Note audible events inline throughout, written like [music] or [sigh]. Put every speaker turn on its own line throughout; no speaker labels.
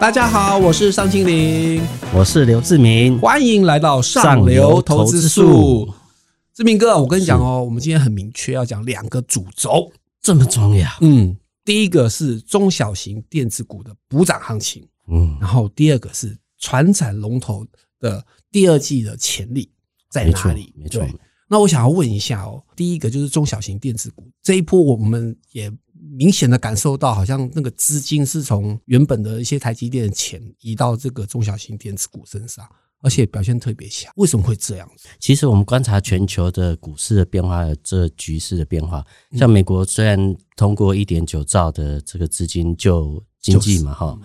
大家好，我是尚青林，
我是刘志明。
欢迎来到上
上
流
流
投
投
资
资
术
术。
志明哥，我跟你讲哦，我们今天很明确要讲两个主轴。
这么啊重要？
嗯，第一个是中小型电子股的补涨行情，
嗯，
然后第二个是船产龙头的第二季的潜力在
没错
哪里？
没错
对那我想要问一下哦，第一个就是中小型电子股这一波，我们也明显的感受到，好像那个资金是从原本的一些台积电的钱移到这个中小型电子股身上，而且表现特别强。为什么会这样子？
其实我们观察全球的股市的变化，这局势的变化，
嗯
像美国虽然通过一点九兆的这个资金救经济嘛，哈、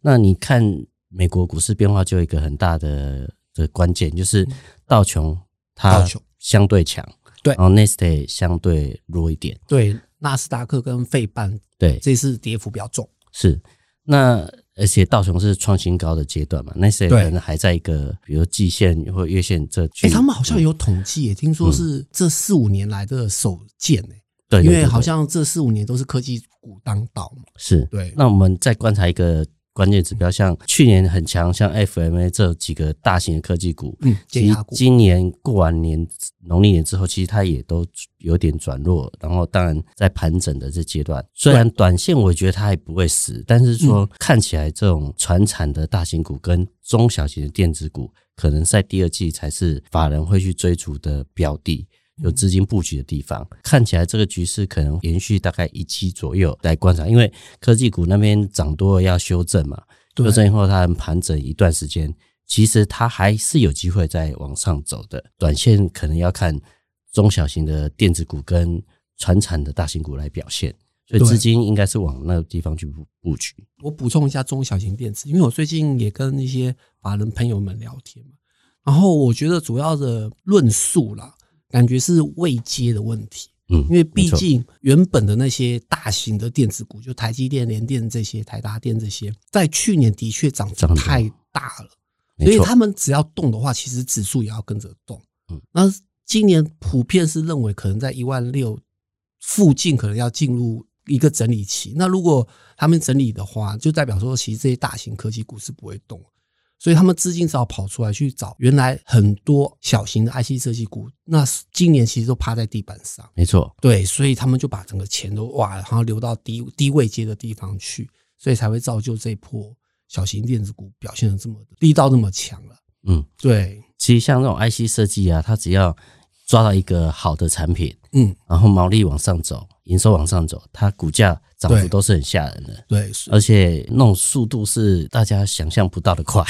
那你看美国股市变化，就有一个很大的的关键，就是
嗯
道琼
道
它
琼
相对强，
对
然后 n e s t a 相对弱一点，
对，纳斯达克跟费半
对，
这次跌幅比较重。
是，那而且道琼是创新高的阶段嘛，那些
对
可能还在一个比如季线或月线这区、
哎、他们好像有统计耶，听说
嗯
是这四五年来的首见哎，
对，对
因
对
为
对
好像这四五年都是科技股当道嘛。
是。
对，
那我们再观察一个关键指标，像去年很强，像 FMA 这几个大型的科技股，
嗯，解
其实
压股，
今年过完年农历年之后，其实它也都有点转弱，然后当然在盘整的这阶段，虽然短线我觉得它还不会死，但是
嗯
说看起来这种传产的大型股跟中小型的电子股，可能在第二季才是法人会去追逐的标的。有
嗯
资金布局的地方，看起来这个局势可能延续大概一期左右来观察，因为科技股那边涨多了要修正嘛，
对
修正以后它很盘整一段时间，其实它还是有机会再往上走的。短线可能要看中小型的电子股跟传产的大型股来表现，所以
对
资金应该是往那个地方去布布局。
我补充一下中小型电子，因为我最近也跟一些法人朋友们聊天嘛，然后我觉得主要的论述啦，感觉是未接的问题，
嗯，
因为毕
没错
竟原本的那些大型的电子股，就台积电、联电这些、台达电这些，在去年的确涨幅
涨得
太大了。所
没
以
错，
他们只要动的话，其实指数也要跟着动。嗯
嗯，
那今年普遍是认为可能在一万六附近，可能要进入一个整理期。那如果他们整理的话，就代表说其实这些大型科技股是不会动的，所以他们资金只好跑出来去找原来很多小型的 IC 设计股，那今年其实都趴在地板上。
没错，
对，所以他们就把整个钱都哇，然后流到低低位接的地方去，所以才会造就这一波小型电子股表现的这么力道那么强了。
嗯，
对，
其实像这种 IC 设计啊，它只要抓到一个好的产品，
嗯，
然后毛利往上走，营收往上走，它股价涨
对
幅都是很吓人的。
对，是
而且那种速度是大家想象不到的快，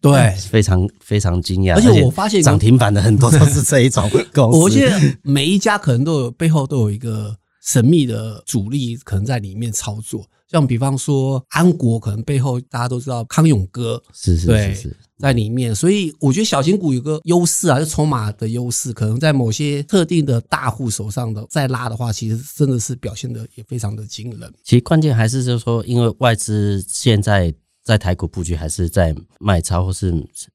对。
非常非常惊讶。
而且我发现
涨停板的很多都是这一种公
[laughs]
司，
我觉得每一家可能都有背后都有一个神秘的主力，可能在里面操作。像比方说安国，可能背后大家都知道康永哥，
是是
对
是是，
在里面，所以我觉得小型股有个优势啊，就筹码的优势，可能在某些特定的大户手上的再拉的话，其实真的是表现的也非常的惊人。
其实关键还是就是说，因为外资现在在台股布局还是在卖超，或是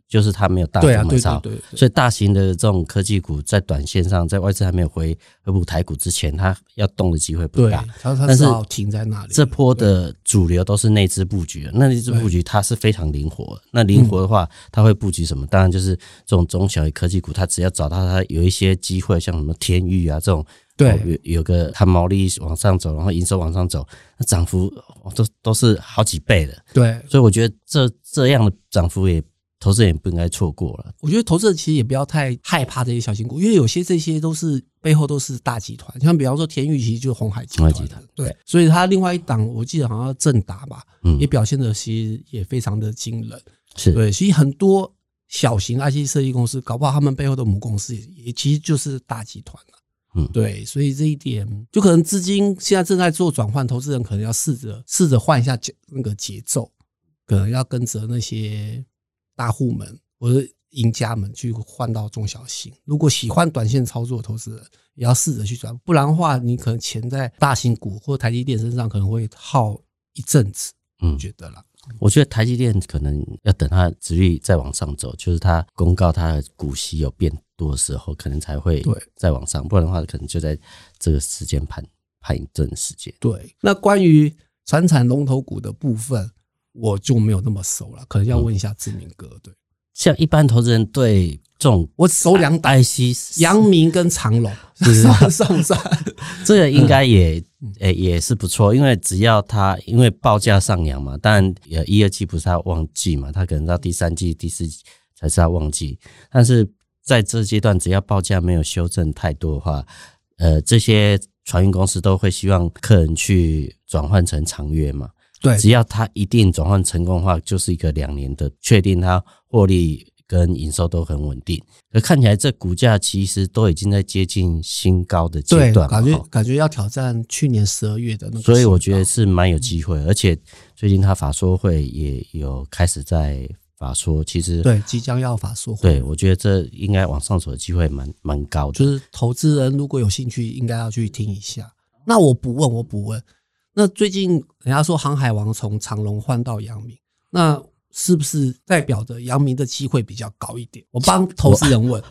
就是它没有大幅
对啊，
买
对
超，
对对对，
所以大型的这种科技股在短线上，在外资还没有回回补台股之前，它要动的机会不
对啊
大。，
它它
但
只
是
好停在那里。
这波的主流都是内资布局
嗯
的，那内资布局它是非常灵活的。那灵活的话，它会布局什么？当然就是这种中小型科技股，它只要找到它有一些机会，像什么天域啊这种，
对
哦有有个它毛利往上走，然后营收往上走，那涨幅哦都都是好几倍的。
对，
所以我觉得这这样的涨幅也，投资人也不应该错过了。
我觉得投资者其实也不要太害怕这些小型股，因为有些这些都是背后都是大集团，像比方说田裕其实就是红海集团的，
红海集团
对，所以它另外一档我记得好像正达吧，
嗯
也，表现的其实也非常的惊人。
是，
对，其实很多小型 IC 设计公司，搞不好他们背后的母公司也也其实就是大集团了。
嗯
对，所以这一点就可能资金现在正在做转换，投资人可能要试着试着换一下节那个节奏，可能要跟着那些大户们或者赢家们去换到中小型。如果喜欢短线操作的投资人，也要试着去转，不然的话，你可能钱在大型股或台积电身上可能会耗一阵子，
嗯
我。觉得啦。
我觉得台积电可能要等它值率再往上走，就是它公告它的股息有变多的时候，可能才会
对
再往上，不然的话可能就在这个时间盘盘一阵时间。
对，那关于船产龙头股的部分，我就没有那么熟了，可能要
嗯
问一下志明哥。对
像一般投资人对这种
我手两打，
爱惜
阳明跟长隆 [laughs]
是
上上
[laughs]
山，
这个应该也诶、也是不错，因为只要它因为报价上扬嘛，当然呃一二季不是它旺季嘛，它可能到第三季、第四季才是它旺季，但是在这阶段只要报价没有修正太多的话，呃，这些船运公司都会希望客人去转换成长约嘛，
对
只要它一定转换成功的话，就是一个两年的，确定它获利跟营收都很稳定。可看起来这股价其实都已经在接近新高的阶
对，
段了
感觉
哈，
感觉要挑战去年十二月的那个新高，
所以我觉得是蛮有机会。而且最近它法说会也有开始在法说，其实
对即将要法说会，
对我觉得这应该往上走的机会蛮蛮高的
就。是投资人如果有兴趣，应该要去听一下。那我不问，我不问。那最近人家说航海王从长隆换到阳明，那是不是代表着阳明的机会比较高一点？我帮投资人问，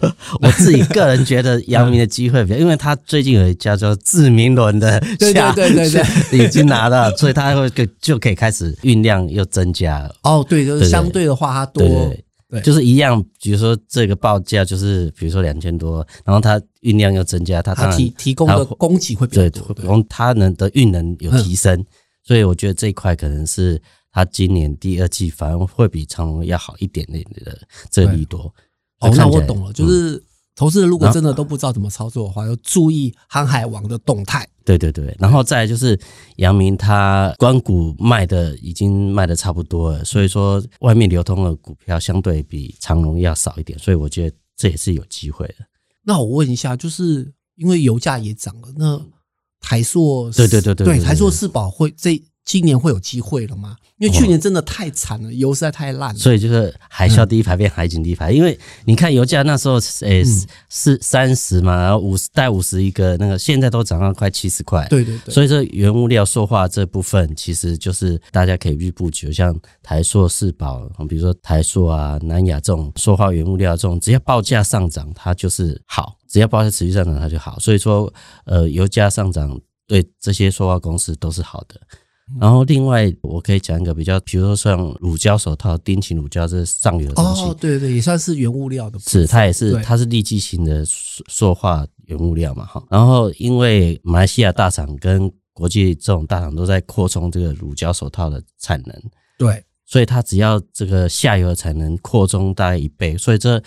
我自己个人觉得阳明的机会比较，因为他最近有一家叫志明轮的
嗯对
下，
对对对
对，已经拿到，所以他会就就可以开始酝酿又增加了。
哦，对，就
对
是
对
相对的话，它多
对
对
对就是一样，比如说这个报价就是比如说两千多，然后它运量又增加，它当
它
然
提提供的供给会比较
对，嗯
多。对
然后它能的运能有提升，所以我觉得这一块可能是它今年第二季反而会比长隆要好一点点的这个利多。
哦，那
看起
我
来嗯
懂了，就是投资人如果真的都不知道怎么操作的话，要注意航海王的动态。
对对对，然后再来就是阳明，它关谷卖的已经卖的差不多了，所以说外面流通的股票相对比长隆要少一点，所以我觉得这也是有机会的。
那我问一下，就是因为油价也涨了，那台塑
对对对对对
对
对
台塑四宝会这今年会有机会了吗？因为去年真的太惨了，油实在太烂了。
所以就是海啸第一排变海景第一排，因为你看油价那时候诶是三十嘛，然后五十带五十一个那个，现在都涨到快七十块。
对对对，
所以这原物料塑化这部分，其实就是大家可以去布局，像台塑、四宝，比如说台塑啊、南亚这种塑化原物料这种，只要报价上涨，它就是好；只要报价持续上涨，它就好。所以说，呃，油价上涨对这些塑化公司都是好的。然后另外，我可以讲一个比较，比如说像乳胶手套、丁腈乳胶这上游的东西，
哦，对对，也算是原物料的部分。
是，它也是，
对
它是立基型的塑塑化原物料嘛，哈。然后因为马来西亚大厂跟国际这种大厂都在扩充这个乳胶手套的产能，
对，
所以它只要这个下游的产能扩充大概一倍，所以这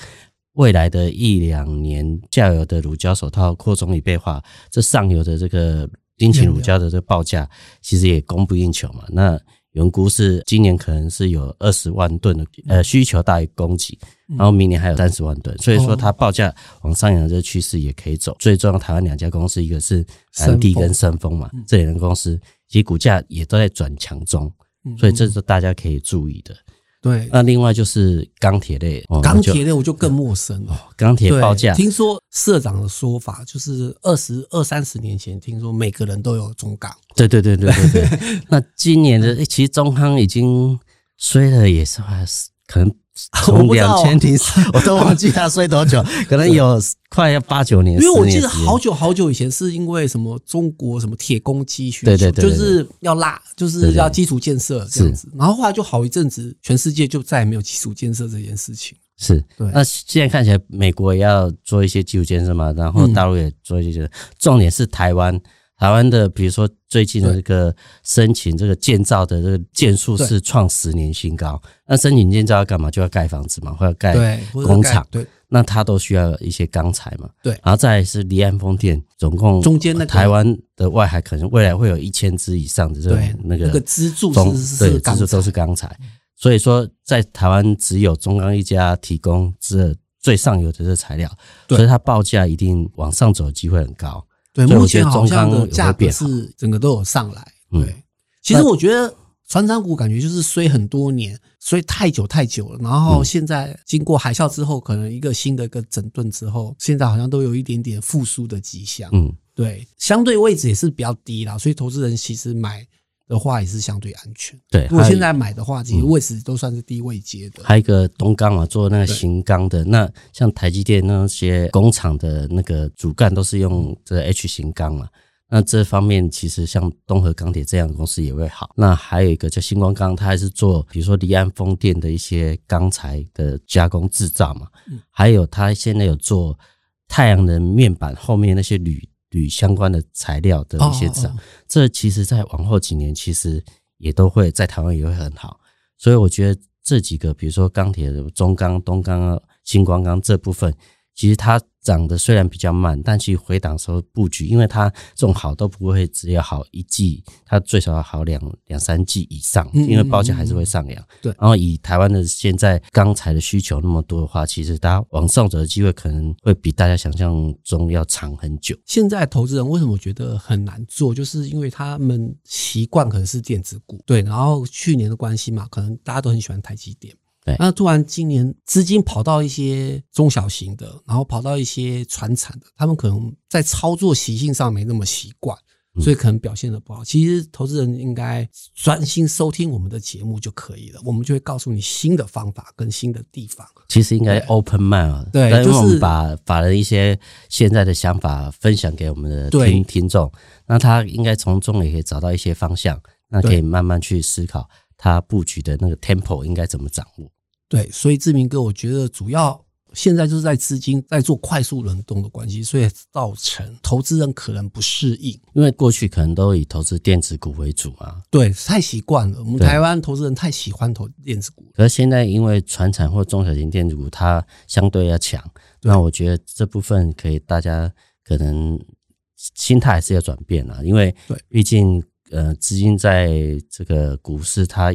未来的一两年下游的乳胶手套扩充一倍的话，这上游的这个丁腈乳胶的这个报价其实也供不应求嘛。那原估是今年可能是有二十万吨的呃需求大于供给，然后明年还有三十万吨，所以说它报价往上扬这个趋势也可以走。最重要，台湾两家公司，一个是南地跟深丰嗯嘛，这两家公司其实股价也都在转强中。
嗯
所以这是大家可以注意的。
对
那另外就是钢铁类，哦
钢
我就
铁类我就更陌生了。
钢铁
对，
报价，
听说社长的说法就是二十二三十年前，听说每个人都有中港。
对对对对对
[laughs]
对。那今年的诶其实中康已经衰了，也是吧可能
[laughs] 我
从
不知
两
道
千零，我都忘记它衰多久，可能有快要八九年，
因为我
10
记
年
得
时间
好久好久以前是因为什么中国什么铁公鸡需求，
对对对对
就是要拉，就是要基础建设这样子。然后后来就好一阵子，全世界就再也没有基础建设这件事情。
是。
对
那现在看起来，美国也要做一些基础建设嘛，然后
嗯
大陆也做一些建设，重点是台湾。台湾的，比如说最近的这个呃申请这个建造的这个件数是创十年新高。那申请建造要干嘛？就要盖房子嘛，或者盖
对，或者
哎工
盖
厂。
对
那它都需要一些钢材嘛。
对
然后再来是离岸风电，总共
中间那个
台湾的外海可能未来会有一千只以上的这种
对，
那个
那个支柱
中
是是
对
是钢
支柱都
材
是钢材，所以说在台湾只有中钢一家提供这最上游的这材料，
对
所以它报价一定往上走的机会很高。
对，
所以我
目
觉得
前好像
中钢
的
也会
价格
变好
是整个都有上来。
嗯
对，其实我觉得船长股感觉就是衰很多年，衰太久太久了。然后
嗯
现在经过海啸之后，可能一个新的一个整顿之后，现在好像都有一点点复苏的迹象。
嗯，
对，相对位置也是比较低啦，所以投资人其实买的话也是相对安全。
对。
如果
哎还有嗯
现在买的话，其实位置都算是低位接的。
还有一个东钢嘛，做那个型钢的，那像台积电那些工厂的那个主干都是用这 H 型钢嘛，啊那这方面其实像东和钢铁这样的公司也会好。那还有一个叫星光钢，它还是做比如说离岸风电的一些钢材的加工制造嘛，
嗯
还有它现在有做太阳能面板后面那些铝铝相关的材料的一些制造。
哦哦
这其实在往后几年其实也都会在台湾也会很好。所以我觉得这几个，比如说钢铁的中钢、东钢啊、新光钢这部分，其实它涨得虽然比较慢，但其实回档时候布局，因为它这种好都不会只有好一季，它最少要好两两三季以上，
嗯
因为报价还是会上扬。
对
然后以台湾的现在钢材的需求那么多的话，其实大家往上走的机会可能会比大家想象中要长很久。
现在投资人为什么觉得很难做，就是因为他们习惯可能是电子股，对，然后去年的关系嘛，可能大家都很喜欢台积电，
对
那突然今年资金跑到一些中小型的，然后跑到一些传产的，他们可能在操作习性上没那么习惯。所以可能表现的不好。其实投资人应该专心收听我们的节目就可以了，我们就会告诉你新的方法跟新的地方。
其实应该
对
open mind 啊，
对
但因为我
就
们
是
把把了一些现在的想法分享给我们的
对
听听众，那他应该从中也可以找到一些方向，那可以
对
慢慢去思考他布局的那个 tempo 应该怎么掌握。
对，所以志明哥，我觉得主要现在就是在资金在做快速轮动的关系，所以造成投资人可能不适应，
因为过去可能都以投资电子股为主嘛，
对，太习惯了。我们
对
台湾投资人太喜欢投电子股了，
可是现在因为传产或中小型电子股它相对要强，
对
那我觉得这部分可以大家可能心态还是要转变啦，因为
对
毕竟呃资金在这个股市它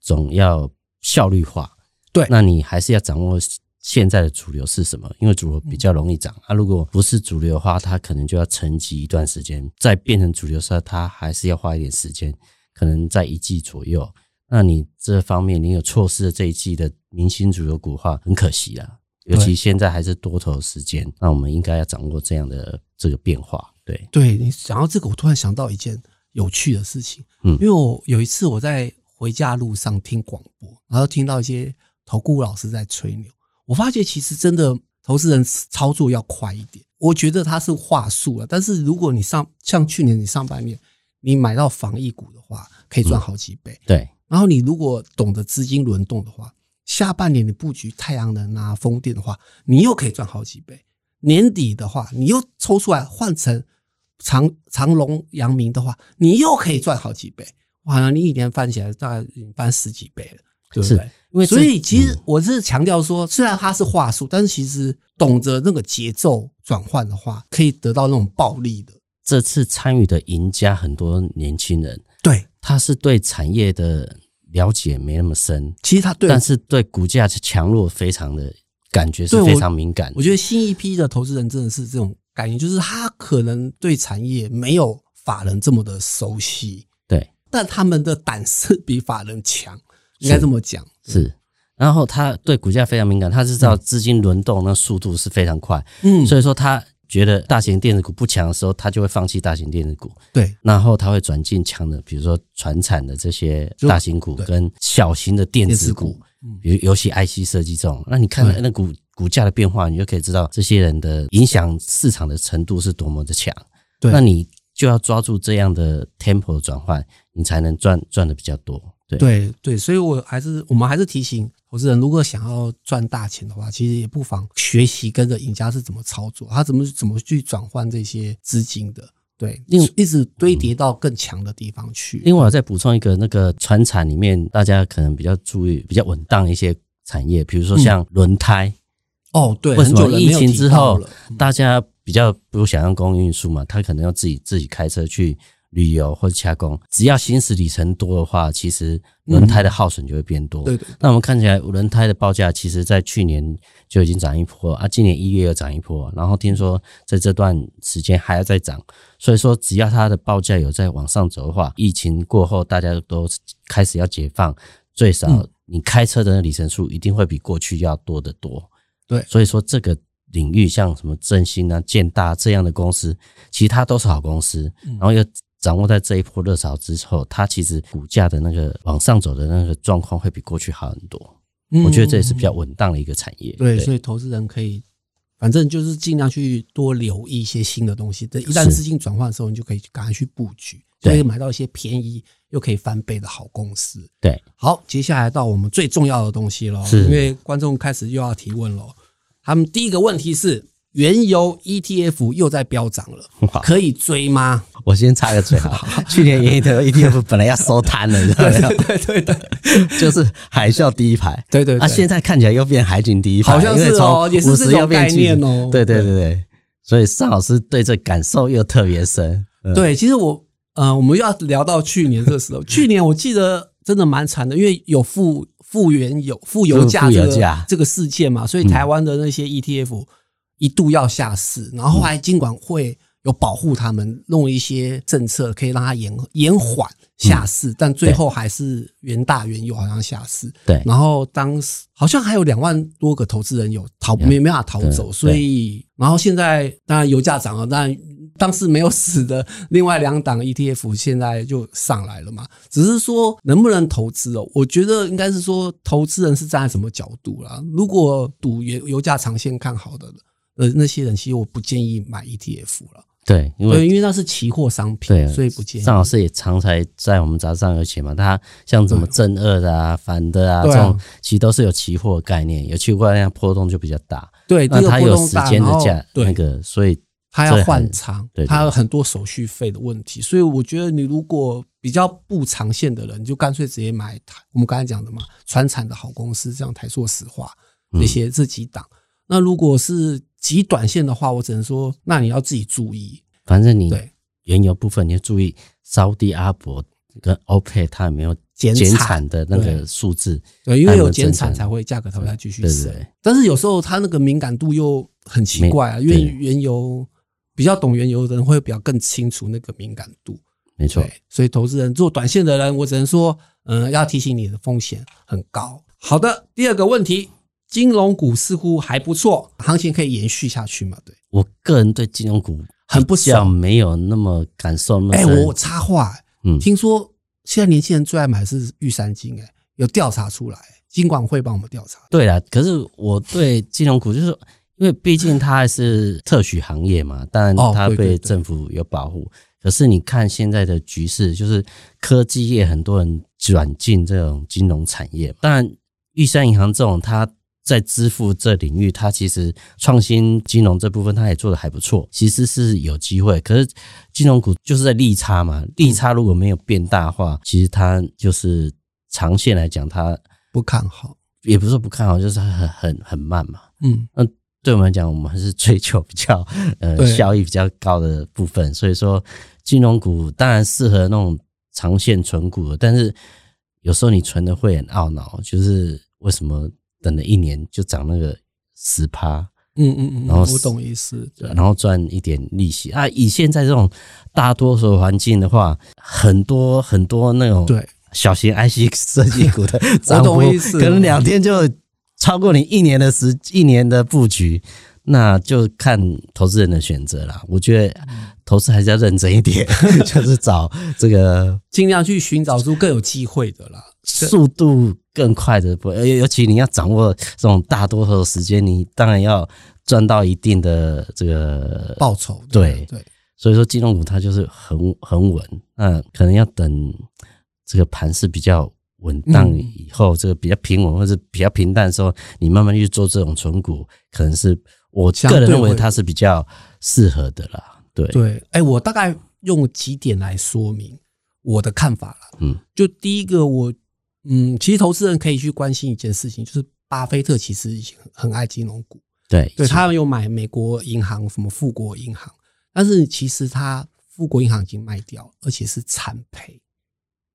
总要效率化，
对
那你还是要掌握。现在的主流是什么？因为主流比
嗯
较容易涨、啊，如果不是主流的话，它可能就要沉寂一段时间，再变成主流的时候，它还是要花一点时间，可能在一季左右。那你这方面你有错失了这一季的明星主流股的话，很可惜啦。尤其现在还是多头时间，那我们应该要掌握这样的这个变化。对，
对你讲到这个，我突然想到一件有趣的事情，
嗯
因为我有一次我在回家路上听广播，然后听到一些投顾老师在吹牛，我发觉其实真的投资人操作要快一点，我觉得它是话术了，但是如果你上像去年你上半年你买到防疫股的话，可以赚好几倍，
对，
然后你如果懂得资金轮动的话，下半年你布局太阳能啊、风电的话，你又可以赚好几倍。年底的话，你又抽出来换成长长隆、阳明的话，你又可以赚好几倍。哇，你一年翻起来大概已经翻十几倍了，对不
是
对？
因为这
所以其实我是强调说，虽然它是话术，但是其实懂得那个节奏转换的话，可以得到那种暴利的。
这次参与的赢家很多年轻人，
对，
他是对产业的了解没那么深，
其实他对
但是对股价是强弱非常的感觉
对
是
我
非常敏感的。
我觉得新一批的投资人真的是这种概念，就是他可能对产业没有法人这么的熟悉，
对，
但他们的胆识比法人强，应该这么讲。
是。然后他对股价非常敏感，他是知道资金轮动那速度是非常快，
嗯，
所以说他觉得大型电子股不强的时候，他就会放弃大型电子股，
对
然后他会转进强的，比如说传产的这些
就
大型股
对
跟小型的电
电
子
子
股
股，，嗯，
比如尤其 IC 设计这种。那你看
对
那股股价的变化，你就可以知道这些人的影响市场的程度是多么的强。
对
那你就要抓住这样的 tempo 的转换，你才能赚赚的比较多。对，
对对，所以我还是我们还是提醒投资人，如果想要赚大钱的话，其实也不妨学习跟着赢家是怎么操作，他怎么怎么去转换这些资金的。对，
另
一直堆叠到更强的地方去。
另外，我再补充一个，那个船产里面，大家可能比较注意、比较稳当一些产业，比如
嗯
说像轮胎，
哦，对，
为什么
很久人没有
疫情
提
之
到
后
了
大家比较不想用公共运输嘛，他可能要自己自己开车去旅游或者洽公，只要行驶里程多的话，其实轮胎的耗损就会变多。
对对
那我们看起来轮胎的报价，其实在去年就已经涨一波啊，今年一月又涨一波，然后听说在这段时间还要再涨，所以说只要它的报价有在往上走的话，疫情过后大家都开始要解放，最少
嗯
你开车的里程数一定会比过去要多得多。
对
所以说这个领域像什么振兴啊、建大这样的公司，其实它都是好公司，
嗯
然后又掌握在这一波热潮之后，它其实股价的那个往上走的那个状况会比过去好很多。
嗯
我觉得这也是比较稳当的一个产业。
对，所以投资人可以反正就是尽量去多留意一些新的东西。等一旦
是
资金转换的时候，你就可以赶快去布局，
对
所以买到一些便宜又可以翻倍的好公司。
对，
好，接下来到我们最重要的东西喽，
是
因为观众开始又要提问喽。他们第一个问题是，原油 ETF 又在飙涨了，
哇，
可以追吗？
我先插个嘴哈， [laughs] 去年原油 ETF 本来要收摊了，你知道吗？
[laughs] 对对对
[laughs] 就是海啸第一排，
对对
啊，现在看起来又变海景第一排，
好像是哦也是这种概念哦
对对对对，所以尚老师对这感受又特别深。嗯
对，其实我呃，我们又要聊到去年这个时候，去年我记得真的蛮惨的，因为有负负原油、负油价
负
这
油价嗯
个这个事件嘛，所以台湾的那些 ETF 一度要下市，然后后来
嗯
金管会有保护他们，弄一些政策可以让它延延缓下
嗯
市，但最后还是元大原油好像下市。
对
然后当时好像还有两万多个投资人有逃没没办法逃走，
对
所以然后现在当然油价涨了，但当时没有死的另外两档 ETF 现在就上来了嘛，只是说能不能投资哦？我觉得应该是说投资人是站在什么角度啦。如果赌油油价长线看好的呃那些人，其实我不建议买 E ETF 了，
对，因为
对，因为那是期货商
对啊
品，，所以不建议。
尚老师也常才在我们杂志上有写嘛，他像什么正二的啊、反的啊
对
这
啊
种，其实都是有期货的概念，有期货概念波动就比较大，
对，
那
哎这个
它
波
有
动
时
大，
间
然
的
后
价那
对
个，所以
他要换仓
对对，
他有很多手续费的问题，所以我觉得你如果比较不长线的人，你就干脆直接买台我们刚才讲的嘛，传产的好公司，这样台塑、石化
嗯
这些这几档。那如果是极短线的话，我只能说，那你要自己注意。
反正你
对
原油部分你要注意，沙地阿拉伯跟 OPEC 它有没有
减
减
产
产的那个
对
数字，
对，因
还
为
有
有
增
减产
产
才会价格才会再继续
对对
升
对。
但是有时候它那个敏感度又很奇
没
怪啊，因为
对
原油比较懂原油的人会比较更清楚那个敏感度。
没错
对，，所以投资人做短线的人，我只能说，嗯、要提醒你的风险很高。好的，第二个问题，金融股似乎还不错，行情可以延续下去嘛？对，
我个人对金融股
很不
比较
爽
没有那么感受那么
哎、
深。
我我插话、
嗯
听说现在年轻人最爱买的是玉山金、哎，有调查出来，金管会帮我们调查，
对啦，可是我对金融股就是。因为毕竟它还是特许行业嘛，当然
哦
它
对对
被
对
政府有保护。可是你看现在的局势，就是科技业很多人转进这种金融产业。当然，玉山银行这种，它在支付这领域，它其实创新金融这部分，它也做得还不错，其实是有机会。可是金融股就是在利差嘛，利差如果没有变大的话，其实它就是长线来讲，它
不看好。
也不是说不看好，就是很很很慢嘛。
嗯，
对我们来讲，我们还是追求比较呃
对
效益比较高的部分，所以说金融股当然适合那种长线存股，但是有时候你存的会很懊恼，就是为什么等了一年就涨那个十趴，
嗯嗯嗯，
然后
我懂意思。对
然后赚一点利息啊？以现在这种大多数环境的话，很多很多那种
对
小型 IC [laughs] 设计股的涨幅
懂意，思
可能两天就超过你一年的时一年的布局，那就看投资人的选择啦。我觉得投资还是要认真一点，
[laughs]
就是找这个
尽量去寻找出更有机会的啦。
速度更快的部分，尤尤其你要掌握这种大多数的时间，你当然要赚到一定的这个
报酬，
对
对，
所以说金融股它就是很很稳，那可能要等这个盘势比较稳当
嗯
以后，这个比较平稳或者比较平淡的时候，你慢慢去做这种存股，可能是我
相
个人
对
认为
会
它是比较适合的啦。对，
对，哎、我大概用几点来说明我的看法啦。
嗯，
就第一个我，嗯，其实投资人可以去关心一件事情，就是巴菲特其实很爱金融股，
对
对
是
他有买美国银行什么富国银行，但是其实他富国银行已经卖掉了，而且是惨赔。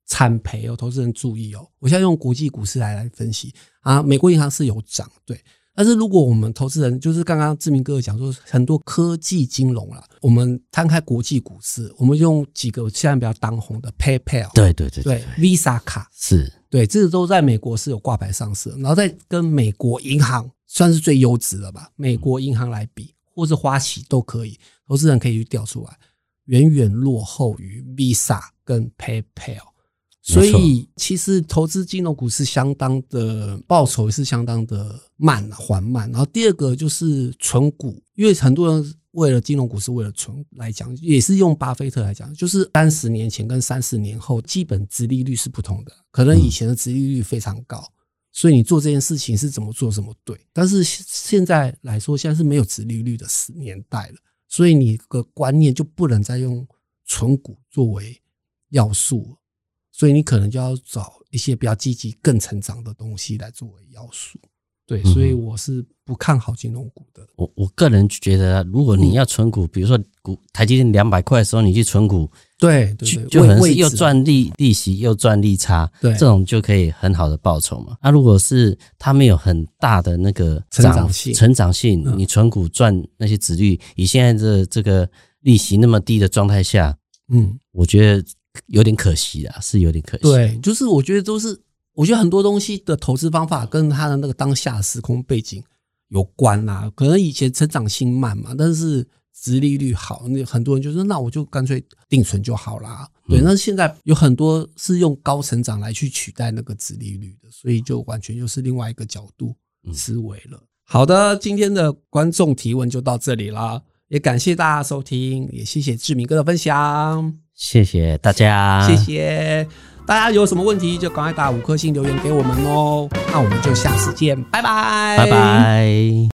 惨赔哦，投资人注意哦！我现在用国际股市来来分析啊，美国银行是有涨，对，但是如果我们投资人，就是刚刚志明哥有讲说，很多科技金融啦，我们摊开国际股市，我们用几个现在比较当红的 PayPal，
对对对
对 Visa 卡，
是
对，这个都在美国是有挂牌上市的，然后再跟美国银行算是最优质的吧，美国银行来比，或是花旗都可以，投资人可以去调出来，远远落后于 Visa 跟 PayPal。所
没错
以其实投资金融股是相当的报酬是相当的慢啊缓慢。然后第二个就是存股，因为很多人为了金融股是为了存股来讲，也是用巴菲特来讲，就是三十年前跟三十年后基本值利率是不同的，可
嗯
能以前的值利率非常高。所以你做这件事情是怎么做怎么对，但是现现在来说，现在是没有值利率的时年代了，所以你的观念就不能再用存股作为要素了，所以你可能就要找一些比较积极、更成长的东西来作为要素。对，
嗯哼
所以我是不看好金融股的。
我我个人觉得啊，如果
嗯
你要存股，比如说股台积电两百块的时候，你去存股，
对对
就
对，
就可能
位
是又
置啊
赚利利息又赚利差，
对
这种就可以很好的报酬嘛。那、啊如果是它没有很大的那个
成长
涨
性
成长性，
嗯
你存股赚那些子率，以现在的这个利息那么低的状态下，
嗯，
我觉得有点可惜啊，是有点可惜。，
对，就是我觉得都是，我觉得很多东西的投资方法跟他的那个当下的时空背景有关啦、可能以前成长性慢嘛，但是殖利率好，那很多人就说那我就干脆定存就好啦。对，
嗯
那现在有很多是用高成长来去取代那个殖利率的，所以就完全又是另外一个角度
嗯
思维了。好的，今天的观众提问就到这里啦，也感谢大家收听，也谢谢志明哥的分享。
谢谢大家，
谢谢大家，有什么问题就赶快打五颗星留言给我们哦。那我们就下次见，拜拜，
拜拜。